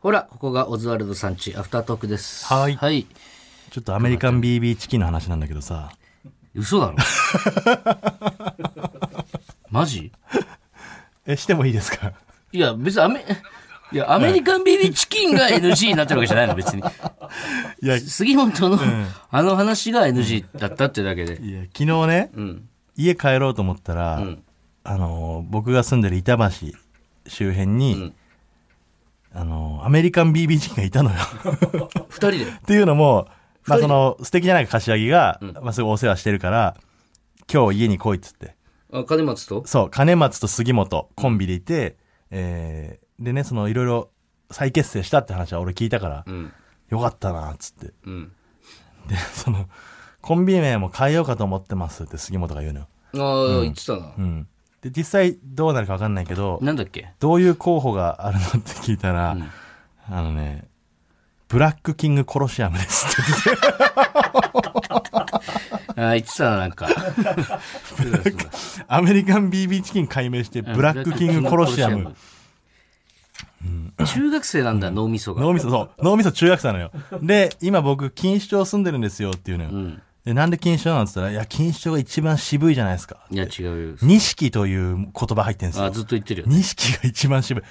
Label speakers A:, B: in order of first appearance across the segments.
A: ほら、ここがオズワルドさんち、アフタートークです。
B: はい
A: はい。
B: ちょっとアメリカン BB チキンの話なんだけどさ、
A: 嘘 だろマジ
B: え、してもいいですか
A: いや、別にアメ、いや、アメリカンビビチキンが NG になってるわけじゃないの、別に。
B: いや、い
A: 杉本の、あの話が NG だったってだけで。
B: や昨日ね、
A: うん。
B: 家帰ろうと思ったら、
A: ん
B: あのー、僕が住んでる板橋周辺に、
A: ん
B: あのー、アメリカン BB チキンがいたのよ。
A: 二人で。
B: っていうのも、まあその、素敵じゃないか柏木が、まあすごいお世話してるから、今日家に来いっつって。
A: あ金松と
B: そう、金松と杉本、コンビでいて、えー、でね、その、いろいろ再結成したって話は俺聞いたから、
A: うん。
B: よかったな、っつって。
A: うん。
B: で、 その、コンビ名も変えようかと思ってますって杉本が言うのよ。
A: ああ、言ってたな
B: う。ん。で、実際どうなるかわかんないけど、
A: なんだっけ
B: どういう候補があるのって聞いたら、
A: ん
B: あのね、ブラックキングコロシアムですって 言って
A: ああ、言ってたな、なんか。そうだそうだ
B: て、アメリカン BB チキン改名して、 ブラックキングコロシアム。。
A: 中学生なんだ、脳みそが。
B: 脳みそ、そう、脳みそ中学生なのよ。で、今僕、錦糸町住んでるんですよっていうのよ。
A: うん。
B: で、なんで錦糸町なんつったら、いや、錦糸町が一番渋いじゃないですか。
A: いや、違うよ。
B: 錦という言葉入ってるんですよ。
A: あずっと言ってるよ。
B: 錦が一番渋い。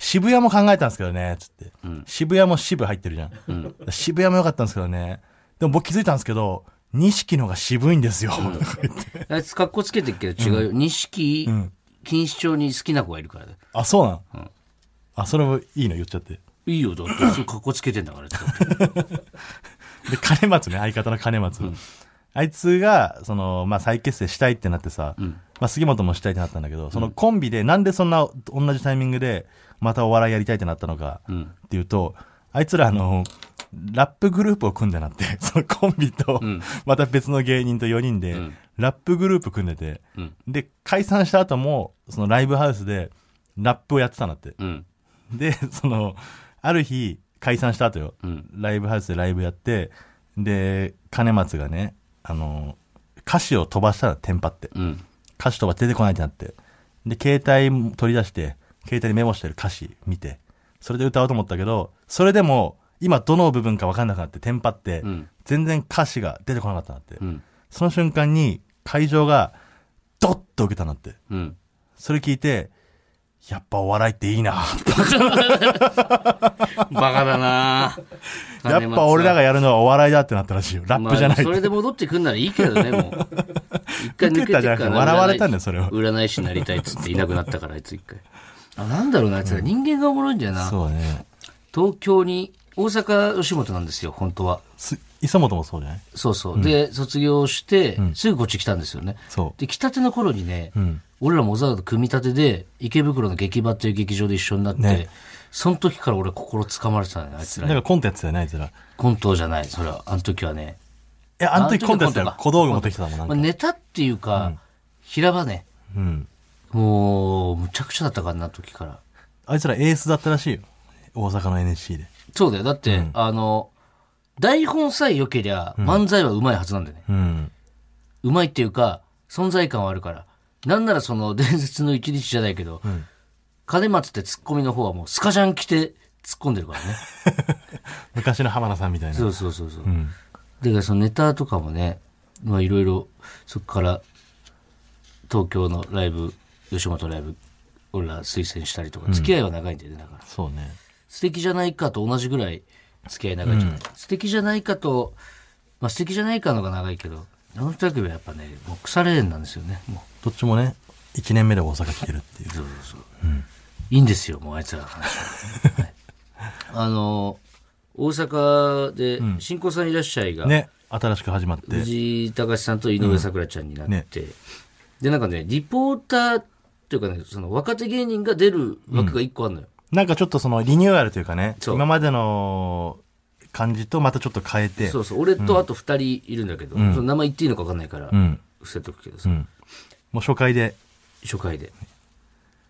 B: 渋谷も考えたんですけどね、つって。
A: ん
B: 渋谷も渋入ってるじゃん。渋谷も良かったんですけどね。でも僕気づいたんですけど、錦のが渋いんですよ。とか言って
A: あいつ格好つけてるけど違うよ。錦、
B: ん
A: 錦糸町に好きな子がいるからだよ
B: あ、そうなの、あ、それもいいの言っちゃって。
A: いいよ、だって。そう格好つけてんだから。だって
B: で、金松ね、相方の金松。あいつが、その、まあ、再結成したいってなってさ、まあ、杉本もしたいってなったんだけど、そのコンビで、なんでそんな、同じタイミングで、またお笑いやりたいってなったのか、っていうと、あいつら、あの、ラップグループを組んでなって、 そのコンビと、また別の芸人と4人で、ラップグループ組んでて、
A: ん
B: で、解散した後も、そのライブハウスで、ラップをやってたんだって。
A: うん。
B: で、 その、ある日、解散した後よ、
A: ん
B: ライブハウスでライブやって、で、金松がね、あの、歌詞を飛ばしたらテンパって。
A: うん。
B: 歌詞とか出てこないってなって。で、携帯取り出して、携帯にメモしてる歌詞見て、それで歌おうと思ったけど、それでも、今どの部分か分かんなくなって、テンパって、
A: ん
B: 全然歌詞が出てこなかったなって。
A: うん。
B: その瞬間に、会場が、ドッと受けたなって。
A: うん。
B: それ聞いて、やっぱお笑いっていいな
A: バカだな
B: やっぱ俺らがやるのはお笑いだってなったらしいよ。ラップじゃない
A: まあ、それで戻ってくんならいいけどね、 もう。一回抜けて
B: 受けたじゃなくて笑われたんだよそれを
A: 占い師になりたいっつっていなくなった から、あいつ一回。あ、なんだろうな、あいつら人間がおもろいんだよな。
B: そうね。
A: 東京に、大阪吉本なんですよ、本当は。
B: す磯本もそうじゃない
A: そうそう。で、卒業して、すぐこっち来たんですよね。
B: そう
A: で、来たての頃にね、
B: ん
A: 俺らもザード組み立てで、池袋の劇場っていう劇場で一緒になって、
B: ね
A: その時から俺心掴まれてたのよ、あいつら
B: なん
A: に。
B: かコンテンツだよね、あいつら。い
A: コントじゃない、それは。あの時はね。
B: や、あの時コンテンツだ
A: あの
B: よ。
A: 時コントか
B: 小道具持ってきてたもん、なん
A: ま
B: か
A: あ、。ネタっていうか、平場ね。
B: うん。
A: もう、むちゃくちゃだったからな、あの時から。
B: あいつらエースだったらしいよ。大阪の NSC で。
A: そうだよ。だって、あの、台本さえ良けりゃ、漫才はうまいはずなんだよね。
B: うん。
A: うまいっていうか、存在感はあるから。なんならその、伝 説の一日じゃないけど、金松ってツッコミの方はもう、スカジャン着て突っ込んでるからね。
B: 昔の浜田さんみたいな。
A: そうそうそうそう。だからそのネタとかもね、まあいろいろ、そこから、東京のライブ、吉本ライブ、俺ら推薦したりとか、付き合いは長いんだよね、だから。
B: そうね。
A: 素敵じゃないかと同じぐらい付き合い長いじゃない、素敵じゃないかと、まあ素敵じゃないかのが長いけど、あの二組はやっぱね、もう腐れ縁なんですよね、もう。
B: どっちもね、1年目で大阪来てるっていう。
A: そうそうそう。いいんですよ、もうあいつらの話は。はいあの、大阪で、新婚さんいらっしゃいが、
B: ね、新しく始まって。
A: 藤井隆さんと井上咲楽ちゃんになって、
B: うんね
A: で、なんかね、リポーターっていうかね、その若手芸人が出る枠が一個あるのよ。
B: なんかちょっとそのリニューアルというかね、
A: そう
B: 今までの感じとまたちょっと変えて。
A: そうそう、俺とあと二人いるんだけど、その名前言っていいのか分かんないから、
B: うん。
A: 伏せとくけど
B: う
A: さ、
B: ん。もう初回で。
A: 初回で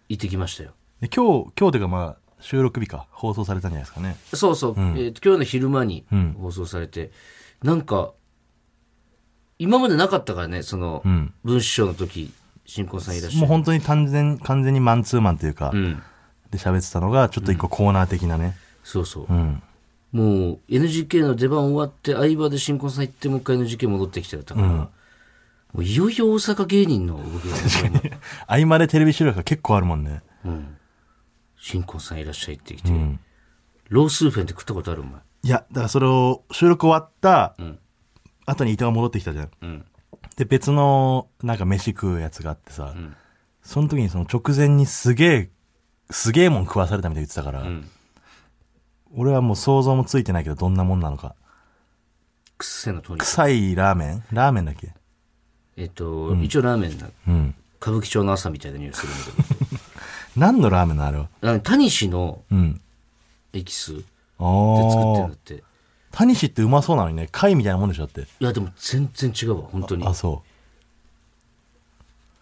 A: 行ってきましたよ。
B: で今日、今日というかまあ、収録日か、放送されたんじゃないですかね。
A: そうそう、えーと今日の昼間に
B: うん
A: 放送されて、なんか、今までなかったからね、その、
B: うん。
A: 文章の時、新婚さんいらっしゃ
B: も
A: る。
B: う本当に完全、完全にマンツーマンというか、
A: うん。
B: で喋ってたのが、ちょっと一個コーナー的なね。
A: そうそう
B: う。ん。
A: もう NGK の出番終わって相場で新婚さん行ってもう一回 NGK 戻ってきてだったから、もういよいよ大阪芸人の動きが、ね、
B: 合間でテレビ収録が結構あるもんね。
A: 新婚さんいらっしゃいってきて、ロースーフェンって食ったことあるお前
B: いや、だからそれを収録終わった後に伊藤が戻ってきたじゃん。
A: ん
B: で、別のなんか飯食うやつがあってさ、その時にその直前にすげえ、すげえもん食わされたみたいに言ってたから、
A: ん
B: 俺はもう想像もついてないけどどんなもんなのか。
A: くっせえの通り
B: 臭いラーメンラーメンだっけ
A: えっと、一応ラーメンな
B: うん。
A: 歌舞伎町の朝みたいな匂いするんだけ
B: 何のラーメンなのあれは。
A: どあのタニシの
B: うん。
A: エキスで作ってる
B: あ
A: んだ
B: あ
A: っ。てい
B: タニシってうまそうなのにね、貝みたいなもんでしょだって。
A: やでも全然違うわ本当に
B: あ、そ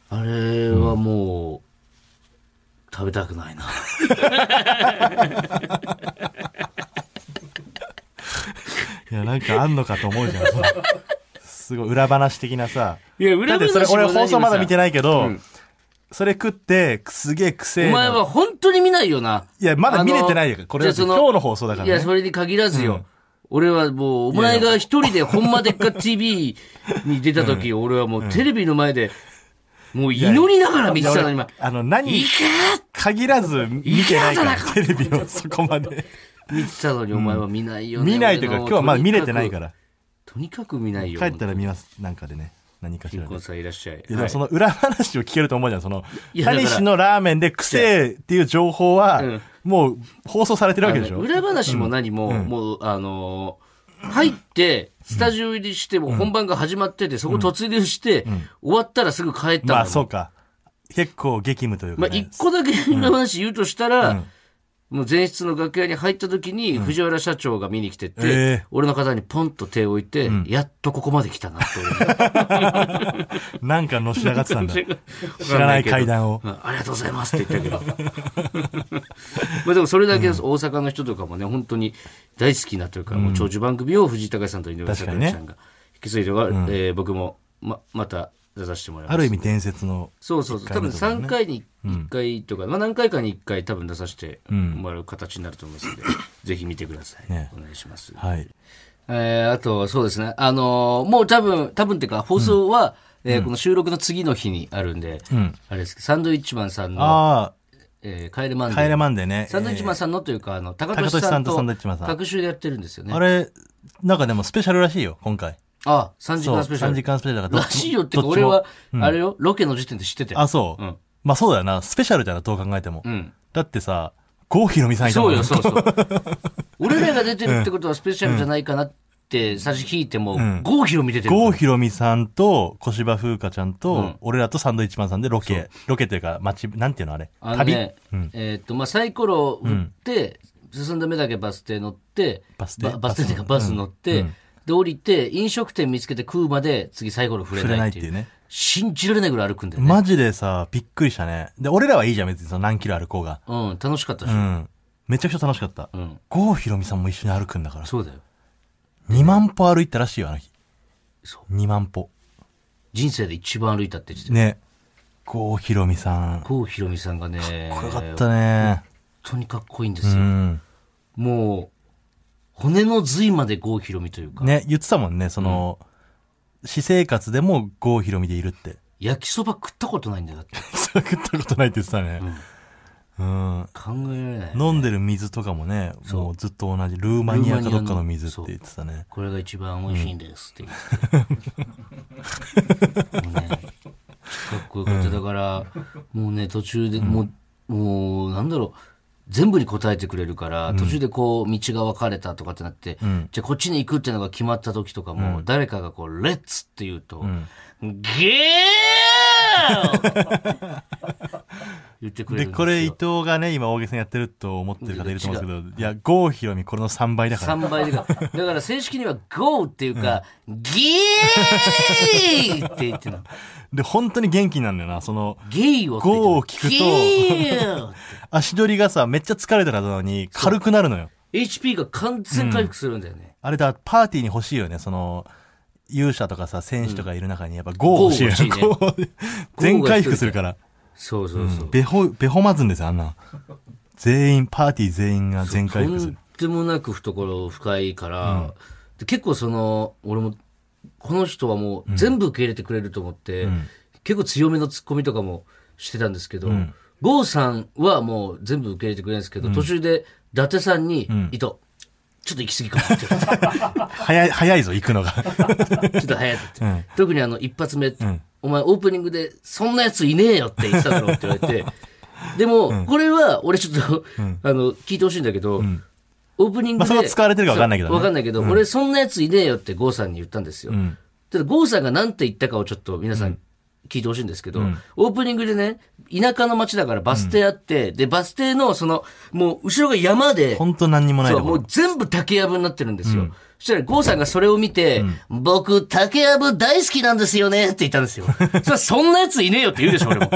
A: あれはもう、食べたくないな。
B: う。いや、なんかあんのかと思うじゃん。それすごい裏話的なさ。
A: いや、
B: だってそれ俺放送まだ見て
A: い。
B: ないけど、
A: うん
B: それ食って、すげえくせ
A: お
B: えな。
A: 前は本当に見ないよな。
B: いや、まだ見れてないよ。これだって
A: じゃあ
B: 今
A: その
B: 日の放送だか
A: いや、
B: らね。
A: それに限らずよ。俺はもう、お前が一人で、ほんまでっか TV に出た時、俺はもうテレビの前で、もう祈りながら見てたの、今。
B: あの、何
A: いか
B: 限らず見てないから
A: いか、
B: テレビのそこまで。
A: 見てたのに、お前は見ないよね。
B: 見ないというか、
A: 俺の
B: 今日はまだ見れてないか。ら。
A: とにかくとにかく見ないよ。
B: 帰ったら見ます。なんかでね。何かしら
A: 新
B: で。
A: 婚さんいらっしゃい。
B: いや、で
A: は
B: も
A: い
B: その裏話を聞けると思うじゃん。その
A: い、や
B: タ
A: だから
B: ニシのラーメンでくせえっていう情報は
A: うん、
B: もう放送されてるわけでし
A: あの
B: ょ
A: 裏話も何も、もう、あのー入って、スタジオ入りして、もう本番が始まってて、そこ突入して、終わったらすぐ帰ったんだもん
B: まあ、そうか。結構激務という
A: ま
B: か
A: あ、
B: ね
A: 一。個だけ裏話言うとしたら、
B: うん
A: もう前室の楽屋に入った時に、藤原社長が見に来てて、
B: ええ
A: 俺の方にポンと手を置いて、やっとここまで来たなって
B: なんかのし上がってた んだ。
A: 俺
B: 知らない階段を。
A: うんありがとうございますって言ったけど。 まあでもそれだけです、大阪の人とかもね、本当に大好きなというか、もう長寿番組を藤井隆さんと井上
B: 確
A: 咲
B: かに
A: 楽
B: ね
A: さんが引き継いで、えー僕もままた出させてもらいます。
B: ある意味伝説の。
A: そうそうそう。多分
B: 一回目
A: 3回に1回とか、まあ何回かに1回多分出させてもらう形になると思いますので、 ぜひ見てください。
B: ね
A: お願いします。
B: はい。
A: えーあと、そうですね。あのーもう多分、多分っていうか、放送は、えーこの収録の次の日にあるんで、あれですけど、サンドウィッチマンさんの、
B: あ
A: えー、カエルマン
B: あ、
A: デ
B: 帰れ
A: ー。
B: マンでね。
A: サンドウィッチマンさんのというか、あの、高
B: 高
A: 俊
B: 俊
A: さ
B: さ
A: ん
B: んと
A: と
B: サンドウィッチマンさん
A: 各週でやってるんですよね。
B: あれ、なんかでもスペシャルらしいよ、今回。
A: あ、3時
B: そう、
A: 間スペシャ
B: 3時
A: ル。
B: 間スペシャルだからら。
A: しいよってか、
B: どち
A: 俺
B: も
A: は、、あれよ、ロケの時点で知ってて。
B: あ、そう
A: うん。
B: まあそうだよな、スペシャルだよな、どう考えても
A: う。ん。
B: だってさ、郷ひろみさんいた
A: そ
B: も
A: うんよ、そうそう。 俺らが出てるってことはスペシャルじゃないかなって、差し引いても、合否を見ててる。
B: 郷ひろみさんと小芝風花ちゃんと、俺らとサンドイッチマンさんでロケ、ロケというか、街、なんていうのあれ、
A: あの
B: 旅、
A: ね、えーっと、まあ、サイコロを振って、進んだ目だけバス停乗って、
B: バス停
A: ばバス停っていうかバス乗って、で、降りて、飲食店見つけて食うまで、次サイコロ振れ
B: 触れ
A: な
B: ないい
A: っ
B: ってて
A: い。
B: いううね。
A: 信じられないぐらい歩くんだよね。
B: マジでさ、びっくりしたね。で、俺らはいいじゃん、別にその何キロ歩こうが。
A: うん、楽しかったで
B: う
A: しょ。
B: ん。めちゃくちゃ楽しかった。
A: ん
B: 郷ひろみさんも一緒に歩くんだから。
A: そうだよ。
B: 2万歩歩いたらしいよ、あの日。
A: そ
B: 2万歩。
A: 人生で一番歩いたって言ってたよ。
B: ね。郷ひろみさん。か
A: 郷ひろみさんがね、
B: っこよかったね。
A: 本当にかっこいいんですよ。
B: うん。
A: もう、骨の髄まで郷ひろみというか、
B: ね、言ってたもんね、その、私生活でも郷ひろみでい るって。
A: 焼きそば食ったことないんだよ、だって。
B: そう食ったことないって言ってたね。うん。
A: 考えられない。
B: 飲んでる水とかもね、もうずっと同じ、ルーマニアかどっかの水って言ってたね。
A: これが一番美味しいんですって言って。もうね、かっこよかった。だから、もうね、途中で、もう、もう、なんだろう。全部に答えてくれるから、途中でこう、道が分かれたとかってなって、じゃあこっちに行くっていうのが決まった時とかも、誰かがこう、レッツって言うと、ゲー言ってくれ
B: で、
A: るんですよ。
B: これ伊藤がね、今大げさにやってると思ってる方いると思うんですけど、いや、郷ひろみこれの3倍だから。
A: 3倍でか。だから正式には GO っていうか、ギーって言ってるの。
B: で、本当に元気なんだよな、その、
A: ゲイをって言ってる
B: Go を聞くと
A: ゲ ー
B: 足取りがさ、めっちゃ疲れたらなのに、軽くなるのよ。
A: HP が完全回復するんだよね。
B: あれだ、パーティーに欲しいよね、その、勇者とかさ、戦士とかいる中に、やっぱゴー欲しいよね。
A: ゴ
B: ゴー 全回復するから。
A: そうそうそう。
B: べほ、べほまずんですよ、あんな。全員、パーティー全員が全回復す
A: 本
B: る。
A: てもなく懐深いから、で結構その、俺も、この人はもう全部受け入れてくれると思って、結構強めのツッコミとかもしてたんですけど、郷さんはもう全部受け入れてくれるんですけど、途中で伊達さんに、伊藤、ちょっと行き過ぎかもって言われて
B: 早い、早いぞ、行く のが。
A: ちょっと早かった。特にあの、一発目、お前オープニングで、そんなやついねえよって言ってただろって言われて、でも、これは、俺ちょっと、あの、聞いてほしいんだけど、オープニングで、
B: まあそれは使われてるか分かんないけどね
A: そう分かんないけど、俺そんなやついねえよって郷さんに言ったんですよ。
B: ん
A: ただ郷さんが何て言ったかをちょっと皆さん聞いてほしいんですけど、オープニングでね、田舎の街だからバス停あって、で、バス停のその、もう後ろが山で、
B: 本当何にもない
A: そ
B: と
A: う、
B: こ
A: も
B: ろ
A: う全部竹やぶになってるんですよ。そしたら、郷さんがそれを見て、僕、竹やぶ大好きなんですよねって言ったんです よ。それそんなやついねえよって言うでしょ、俺も。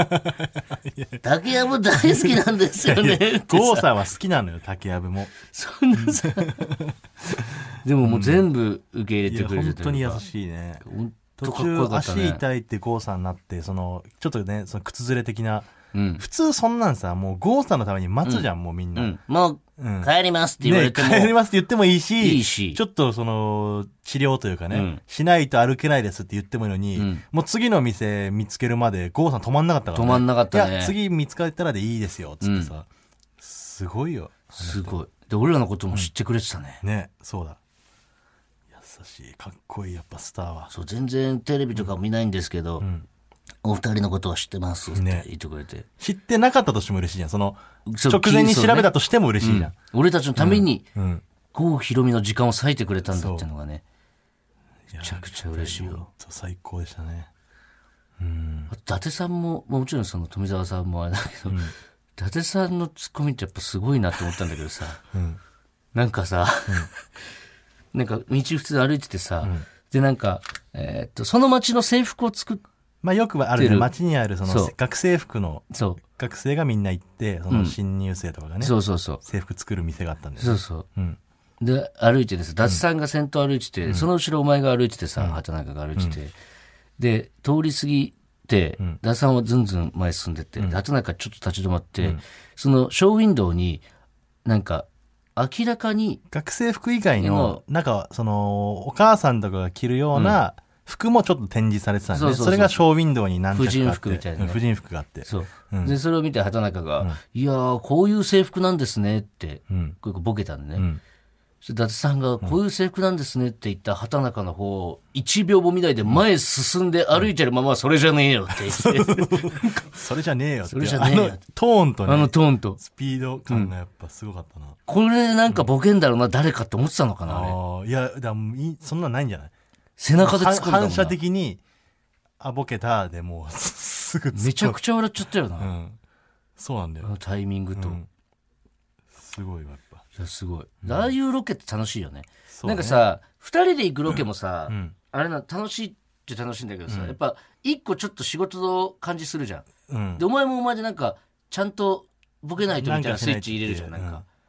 A: 竹やぶ大好きなんですよねってさ
B: 郷さんは好きなのよ、竹やぶも。
A: そんなさ。でももう全部受け入
B: い
A: れ
B: や、
A: てくれ
B: 本
A: る
B: 当に優しいね。
A: い。本当
B: 途
A: かっこよ
B: 中、
A: かった
B: 足
A: ね。
B: 痛いって郷さんになって、その、ちょっとね、その靴ずれ的な。
A: うん。
B: 普通そんなんさ、もう郷さんのために待つじゃん、もうみん
A: う
B: な。
A: ん。もう
B: うん、
A: 帰りますって言われ
B: ね、
A: ても。
B: 帰りますって言ってもいいし、
A: いいし
B: ちょっとその、治療というかね、
A: うん
B: しないと歩けないですって言ってもいいのに、
A: ん
B: もう次の店見つけるまで、郷さん止まんなかったから、
A: 止まんなかったね
B: いや、次見つかったらでいいですよ、つってさ。すごいよ。
A: すごい。で、俺らのことも知ってくれてたね。
B: ね、そうだ。優しい、かっこいい、やっぱスターは。
A: そう、全然テレビとか見ないんですけど、お二人のことは知ってますって言ってくれて。
B: 知ってなかったとしても嬉しいじゃん。その、
A: そう
B: 直前に
A: そう
B: 調
A: ね
B: べたとしても嬉しいじゃん。
A: 俺たちのために、
B: うん。
A: 郷ひろみの時間を割いてくれたんだっていうのがね、
B: め
A: めちゃくちゃ嬉しいよ。
B: 最高でしたね。
A: あと伊達さんも、まあもちろんその富澤さんもあれだけど、伊達さんのツッコミってやっぱすごいなって思ったんだけどさ、なんかさ、 なんか道普通に歩いててさ、でなんか、えーっと、その街の制服を作っ、
B: まあよくある
A: 出
B: ね、
A: る
B: 街にあるその
A: そう
B: 学生服の
A: そ
B: 学生がみんな行って、その新入生とかが
A: う、
B: ね、
A: そうそうそう、
B: 制服作る店があったんです
A: そうそう。
B: うん。
A: で、歩いてです。達さんが先頭歩いてて、その後ろお前が歩いててさ、畑中が歩いてて、で、通り過ぎて、達さんはずんずん前進んでって、で畑中ちょっと立ち止まって、そのショーウィンドウに、なんか、明らかに、
B: 学生服以外の
A: の、
B: なんか、その、お母さんとかが着るような服もちょっと展示されてたんで、
A: そうそうそう
B: それがショーウィンドウに何着かあっ
A: 婦
B: て。
A: 人服みたいなね
B: うん婦人服があって。
A: そう。で、それを見て畑中が、いやー、こういう制服なんですねって、
B: うん。
A: こうボケたんでね。
B: うん。
A: 伊達さんが、こういう制服なんですねって言った畑中の方を、1秒も見ないで前進んで歩いてるまま、それじゃねえよって 言って、
B: それじゃねえよって。
A: それじゃねえよ
B: あの、トーンと
A: あ
B: ね
A: の、トーンと。
B: スピード感がやっぱすごかったな。
A: これなんかボケんだろうな、誰かって思ってたのかな、あれ。
B: ああ、いや、だもういそんなんないんじゃない
A: 背中で突っ込んだもんな
B: 反射的に、あ、ボケた、でもう、 すぐ突っ込む
A: めちゃくちゃ笑っちゃったよな、
B: うん。そうなんだ
A: あ
B: よ。
A: のタイミングと。
B: うんすごいわ、やっぱ。
A: いや、すごい。ああいうロケって楽しいよね。
B: そう
A: な
B: ね
A: んか、さ、二人で行くロケもさ、
B: うん。
A: あれな、楽しいっちゃ楽しいんだけどさ、やっぱ、一個ちょっと仕事の感じするじゃん。
B: うん
A: で、。お前もお前でなんか、ちゃんとボケないとみたいなスイッチ入れるじゃん、
B: な
A: なんん
B: かしないと
A: か。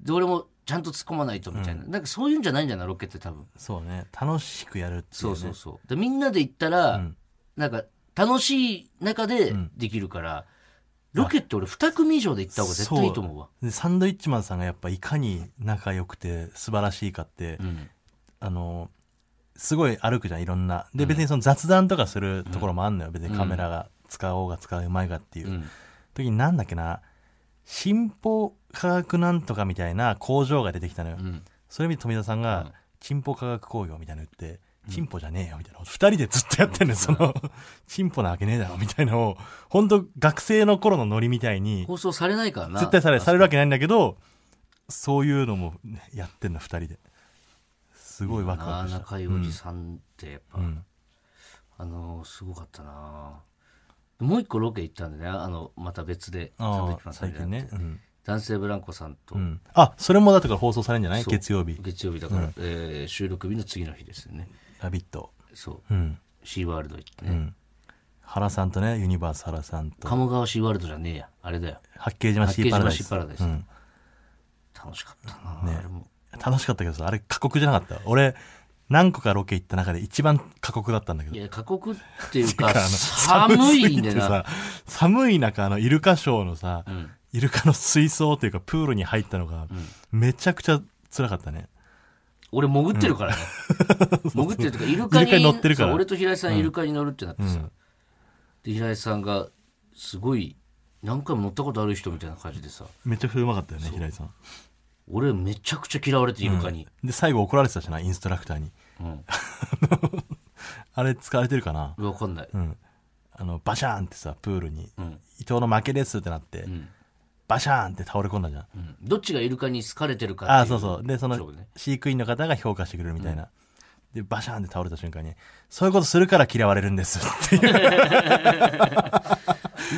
A: で、俺もちゃんと突っ込まないとみたいな。なんかそういうんじゃないんだな、ロケって多分。
B: そうね。楽しくやるっていう、ね。
A: そうそうそう。で、みんなで行ったら、
B: ん
A: なんか、楽しい中でできるから、ロケって俺2組以上で行った方が絶対いいと思うわ。
B: でサンドイッチマンさんがやっぱいかに仲良くて素晴らしいかって、
A: うん。
B: あの、すごい歩くじゃん、いろんな。で、別にその雑談とかするところもあんのよ。別にカメラが使おうが使うまいがっていう。
A: うん。
B: 時になんだっけな、進歩科学なんとかみたいな工場が出てきたのよ。
A: うん。
B: それ見て富田さんが、チンポ科学工業みたいなの言って、チンポじゃねえよみたいな。二人でずっとやってんのよ、その、チンポなわけねえだろみたいなのを、本当学生の頃のノリみたいに、
A: 放送されないからな。
B: 絶対されされるわけないんだけど、そういうのもねやってんの、二人で。すごいワク
A: な
B: ワ
A: あ、
B: クした。
A: 仲いいおじさんってやっぱ、
B: うん。
A: あのーすごかったなもう一個ロケ行ったんでね、あの、また別で、サンドイ
B: あ
A: ッチマ
B: あ、
A: ンさん
B: 最
A: じゃ
B: 近
A: な
B: ね
A: く。て
B: うん。
A: 男性ブランコさんと、
B: うんあ、それもだから放送されるんじゃない
A: そう
B: 月曜日。
A: 月曜日だから、えー収録日の次の日ですよね。
B: ラビット。
A: そう。
B: うん。
A: シーワールド行って
B: う
A: ね。
B: ん原さんとね、ユニバース原さんと、
A: 鴨川シーワールドじゃねえや。あれだよ。
B: 八景島シーパラダイ
A: 八景島
B: ス。
A: シーパラダイス
B: うん
A: 楽しかったな、あれも。
B: 楽しかったけどさ、あれ過酷じゃなかった。俺、何個かロケ行った中で一番過酷だったんだけど
A: い。や、過酷っていう
B: だ
A: か、
B: からあの
A: 寒いんだ
B: 寒すぎて
A: よな。
B: さ寒い中、あの、イルカショーのさ、イルカの水槽というかプールに入ったのが、めちゃくちゃ辛かったね。
A: 俺潜ってるからね。 潜ってるとか、イルカに
B: イルカに乗ってるから
A: そう俺と平井さんイルカに乗るってなってさ。
B: うん
A: で、平井さんが、すごい、何回も乗ったことある人みたいな感じでさ。
B: めちゃくちゃうまかったよね、平井さん。
A: 俺めちゃくちゃ嫌われてイルカに。
B: で、最後怒られてたしな、インストラクターに。
A: うん。
B: あれ使われてるかな
A: わかんない。
B: うん。あの、バシャーンってさ、プールに、
A: うん。
B: 伊藤の負けですってなって、
A: ん
B: バシャーンって倒れ込んだじゃん。
A: うんどっちがイルカに好かれてるかってい
B: ああ、そうそう。で、そ
A: そう
B: の
A: ね、
B: 飼育員の方が評価してくれるみたいな。で、バシャーンって倒れた瞬間に、そういうことするから嫌われるんですっていう、
A: 受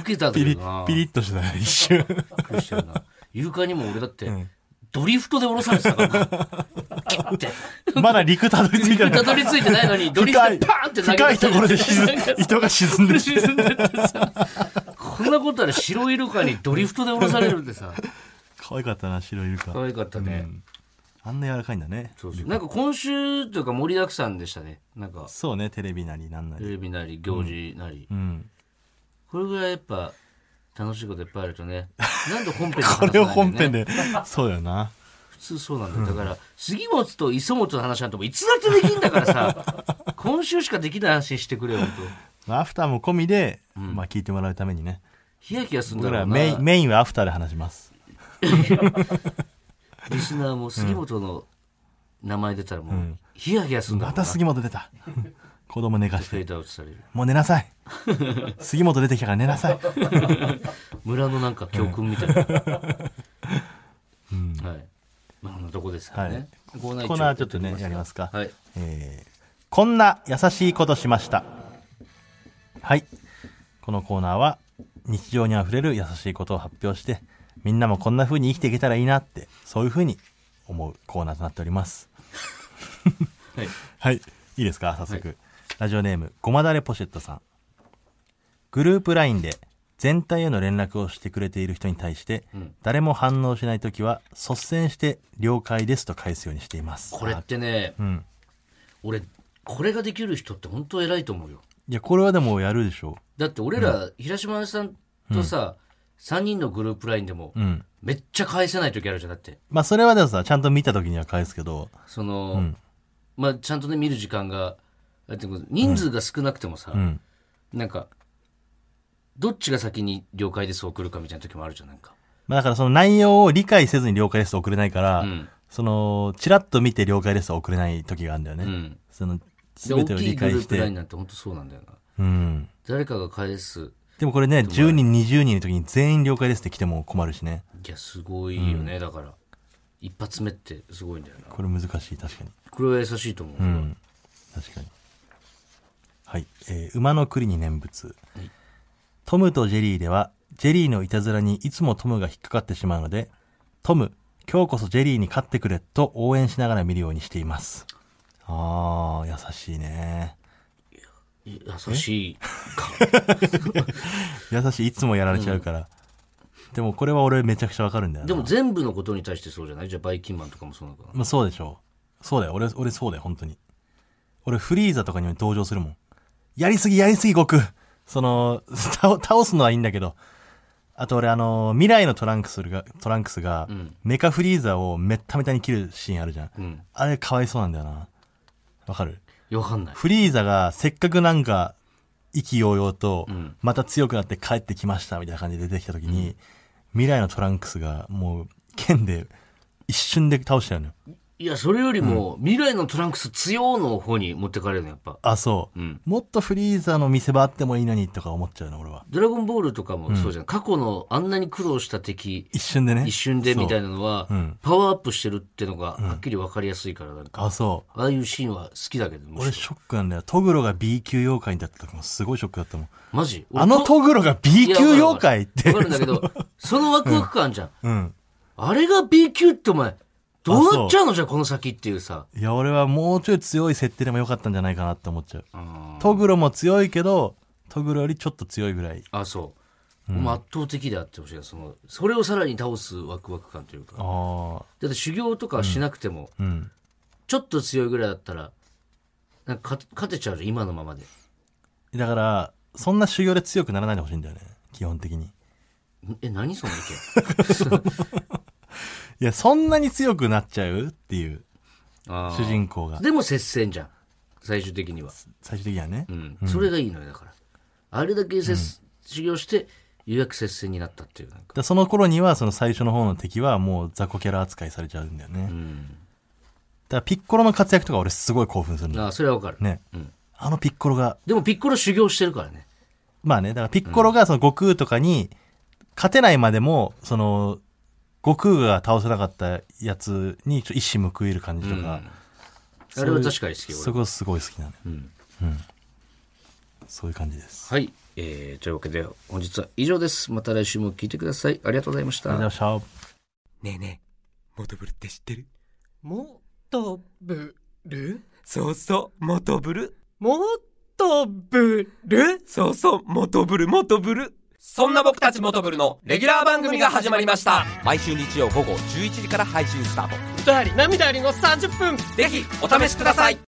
A: けたんだ
B: ピ
A: け
B: リ、
A: どな。
B: ピリッとしてたね、一瞬。
A: びっくりしたよな。イルカにも俺だって、
B: ん
A: ドリフトで降ろされてたからな。 キュッて。
B: まだ陸たどり着いてない。
A: たどり着いてないのに、ドリフト
B: 深
A: で
B: い、
A: パーンって投げ
B: 深いところで 沈
A: なんか
B: む、糸が沈んでる。
A: 沈んでってさ。こんなことある白イルカにドリフトで降ろされるってさ。
B: 可愛かったな、白いイル
A: 可
B: カ。
A: 愛かったね。
B: あんな柔らかいんだね。
A: そうそうなんか今週というか盛りだくさんでしたね。なんか、
B: そうね、テレビなりなんな
A: テ
B: り。
A: レビなり行事なり。
B: うん。
A: これぐらいやっぱ、楽しいこといっぱいあるとね。なんで本編で話さない
B: こ
A: んだ
B: れ
A: よ
B: を
A: ね
B: 本編で、そうだよな。
A: 普通そうなんだよだから、杉本と磯本の話なんてもういつだってできんだからさ今週しかできない話してくれよほんと
B: まあアフターも込みで、まあ聞いてもらうためにね。
A: ヒヤヒヤするんだ
B: 僕
A: ろ
B: ら
A: う
B: メイ
A: な
B: ンメインはアフターで話します。
A: リスナーも杉本の名前出たらもうヒヤヒヤするんだろ
B: ま
A: うな
B: た杉本出た。 子供寝かし
A: フェ
B: て
A: ー。ドアウトされる
B: もう寝なさい。 杉本出てきたから寝なさい。
A: 村のなんか教訓みたいな、はいまあこんなとこですからね、コーナー一応
B: コーナーちょっとね、やりますか。
A: はい
B: えーこんな優しいことしました。はい。このコーナーは、日常にあふれる優しいことを発表して、みんなもこんな風に生きていけたらいいなって、そういう風に思うコーナーとなっております。
A: はい
B: はい。いいですか早速。
A: は
B: ラジオネーム、ごまだれポシェットさん。グループ LINE で全体への連絡をしてくれている人に対して、
A: うん
B: 誰も反応しないときは、率先して了解ですと返すようにしています。
A: これってね
B: うん。
A: 俺これができる人って本当偉いと思うよ
B: いや、これはでもやるでしょ
A: だって俺ら、平島さんとさ、3人のグループラインでも、
B: う。うん。
A: めっちゃ返せない時あるじゃんだって
B: まあ、それはでもさ、ちゃんと見た時には返すけど、
A: その、
B: ん
A: まあちゃんとね見る時間がだって人数が少なくてもさ、
B: うん。
A: なんかどっちが先に了解です送るかみたいな時もあるじゃんなんか
B: まあ、だからその内容を理解せずに了解ですと送れないから、
A: うん
B: その、チラッと見て了解ですと送れない時があるんだよね。
A: うん
B: その、
A: で
B: 全
A: 大
B: てを
A: きい
B: 理
A: グ
B: 解
A: ル
B: し
A: ープライン
B: て。
A: なんて本当そうなんだよな
B: うん。
A: 誰かが返す
B: でもこれね、10人、20人の時に全員了解ですって来ても困るしね。
A: いやすごいよね、だから一発目ってすごいんだよな
B: これ難しい、確かに。
A: これは優しいと思う、
B: うん。確かに。はい。えー馬の栗に念仏。
A: い
B: トムとジェリーでは、ジェリーのいたずらにいつもトムが引っかかってしまうので、トム、今日こそジェリーに勝ってくれと応援しながら見るようにしています。ああ、優しいね。
A: い優しい
B: 優しい、いつもやられちゃうから。でもこれは俺めちゃくちゃわかるんだよな。
A: でも全部のことに対してそうじゃないじゃあバイキンマンとかもそうなのかな
B: まあ、そうでしょう。そうだよ。俺、俺そうだよ、本当に。俺、フリーザとかにも同情するもん。やりすぎ、やりすぎ、悟空。その、 倒倒すのはいいんだけど。あと俺、あの、未来のトランクスが、トランクスが、
A: ん
B: メカフリーザをめっためたに切るシーンあるじゃん。
A: うん
B: あれ、かわいそうなんだよな。わかる
A: いやわかんない
B: フリーザが、せっかくなんか、意気揚々と、
A: ん
B: また強くなって帰ってきました、みたいな感じで出てきた時に、未来のトランクスが、もう、剣で、一瞬で倒しちゃうのよ。
A: いや、それよりも、未来のトランクス強の方に持ってかれるの、やっぱ。
B: あ、そう。
A: うん
B: もっとフリーザの見せ場あってもいいのにとか思っちゃうの、俺は。
A: ドラゴンボールとかもそうじゃん。過去のあんなに苦労した敵、
B: 一瞬でね。
A: 一瞬でみたい
B: な。
A: なのは
B: うん、
A: パワーアップしてるってのが、はっきり分かりやすいから、なんか、
B: あ、そう。
A: ああいうシーンは好きだけど、む
B: 俺
A: しろ
B: ショックなんだよ。トグロが B 級妖怪になった時もすごいショックだったもん。
A: マジ
B: あのトグロが B 級妖怪って
A: わか。るんだ けど、そのワクワク感じゃん。
B: うん。
A: あれが B 級ってお前、どうなっちゃうのじゃあ、この先っていうさ。
B: いや、俺はもうちょい強い設定でもよかったんじゃないかなって思っちゃう。
A: うん
B: トグロも強いけど、トグロよりちょっと強いぐらい。
A: あ、そう。もう圧倒的であってほしいなその、それをさらに倒すワクワク感というか。
B: ああ。
A: だって修行とかしなくても、
B: うん。
A: ちょっと強いぐらいだったら、なんか勝勝てちゃうじゃん、今のままで。
B: だから、そんな修行で強くならないでほしいんだよね。基本的に。
A: え、何その意
B: いや、そんなに強くなっちゃうっていう、
A: 見あー
B: 主人公が。
A: でも接戦じゃん。最終的には。
B: 最終的にはね。
A: うん。それがいいのよ、だから。あれだけ接、修行して、ようやく接戦になったっていう、なんか。
B: でその頃には、その最初の方の敵はもう雑魚キャラ扱いされちゃうんだよね。
A: うん。
B: だからピッコロの活躍とか俺すごい興奮するんだよ。
A: ああ、それはわかる。
B: ね。
A: うん。
B: あのピッコロが、
A: でも、ピッコロ修行してるからね。
B: まあね、だからピッコロがその悟空とかに、勝てないまでも、その、悟空が倒せなかったやつにちょっと一矢報いる感じとか、
A: あれは確かに好き、俺
B: そこすごい好きなのよ、
A: ん
B: うんそういう感じです。
A: はい。えー、というわけで、本日は以上です。また来週も聞いてください。ありがとうございました。
B: ありがとうございました。
C: ねえねえ、モトブルって知ってる
D: もっとぶる
C: そうそう、モトブル。
D: もっとぶる
C: そうそう、モトブル、モトブル。
E: そんな僕たちモトブルのレギュラー番組が始まりました。
C: 毎週日曜午後11時から配信スタート。
D: 歌あり涙ありの30分
E: ぜひお試しください。